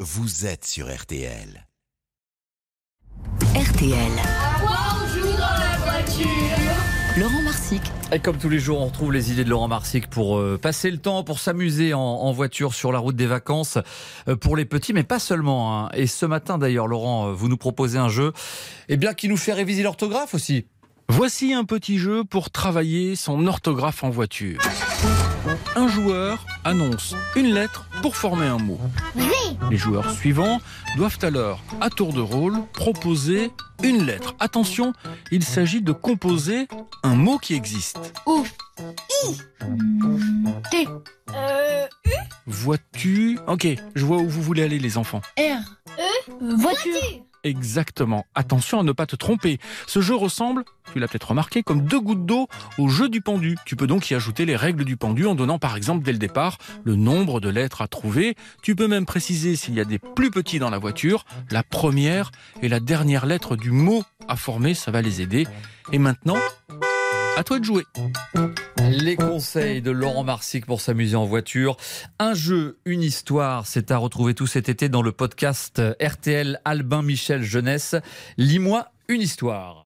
vous êtes sur RTL. RTL. voiture. Laurent Marsic. Et comme tous les jours, on retrouve les idées de Laurent Marsic pour euh, passer le temps, pour s'amuser en, en voiture sur la route des vacances, euh, pour les petits, mais pas seulement. hein. Et ce matin d'ailleurs, Laurent, euh, vous nous proposez un jeu eh bien, qui nous fait réviser l'orthographe aussi. Voici un petit jeu pour travailler son orthographe en voiture. Un joueur annonce une lettre pour former un mot. Les joueurs suivants doivent alors, à tour de rôle, proposer une lettre. Attention, il s'agit de composer un mot qui existe. Euh, Vois-tu Ok, je vois où vous voulez aller les enfants. R. E. Voiture. Exactement. Attention à ne pas te tromper. Ce jeu ressemble, tu l'as peut-être remarqué, comme deux gouttes d'eau au jeu du pendu. Tu peux donc y ajouter les règles du pendu en donnant par exemple dès le départ le nombre de lettres à trouver. Tu peux même préciser s'il y a des plus petits dans la voiture, la première et la dernière lettre du mot à former, ça va les aider. Et maintenant, à toi de jouer. Les conseils de Laurent Marsic pour s'amuser en voiture. Un jeu, une histoire, c'est à retrouver tout cet été dans le podcast euh, RTL Albin Michel Jeunesse. Lis-moi une histoire.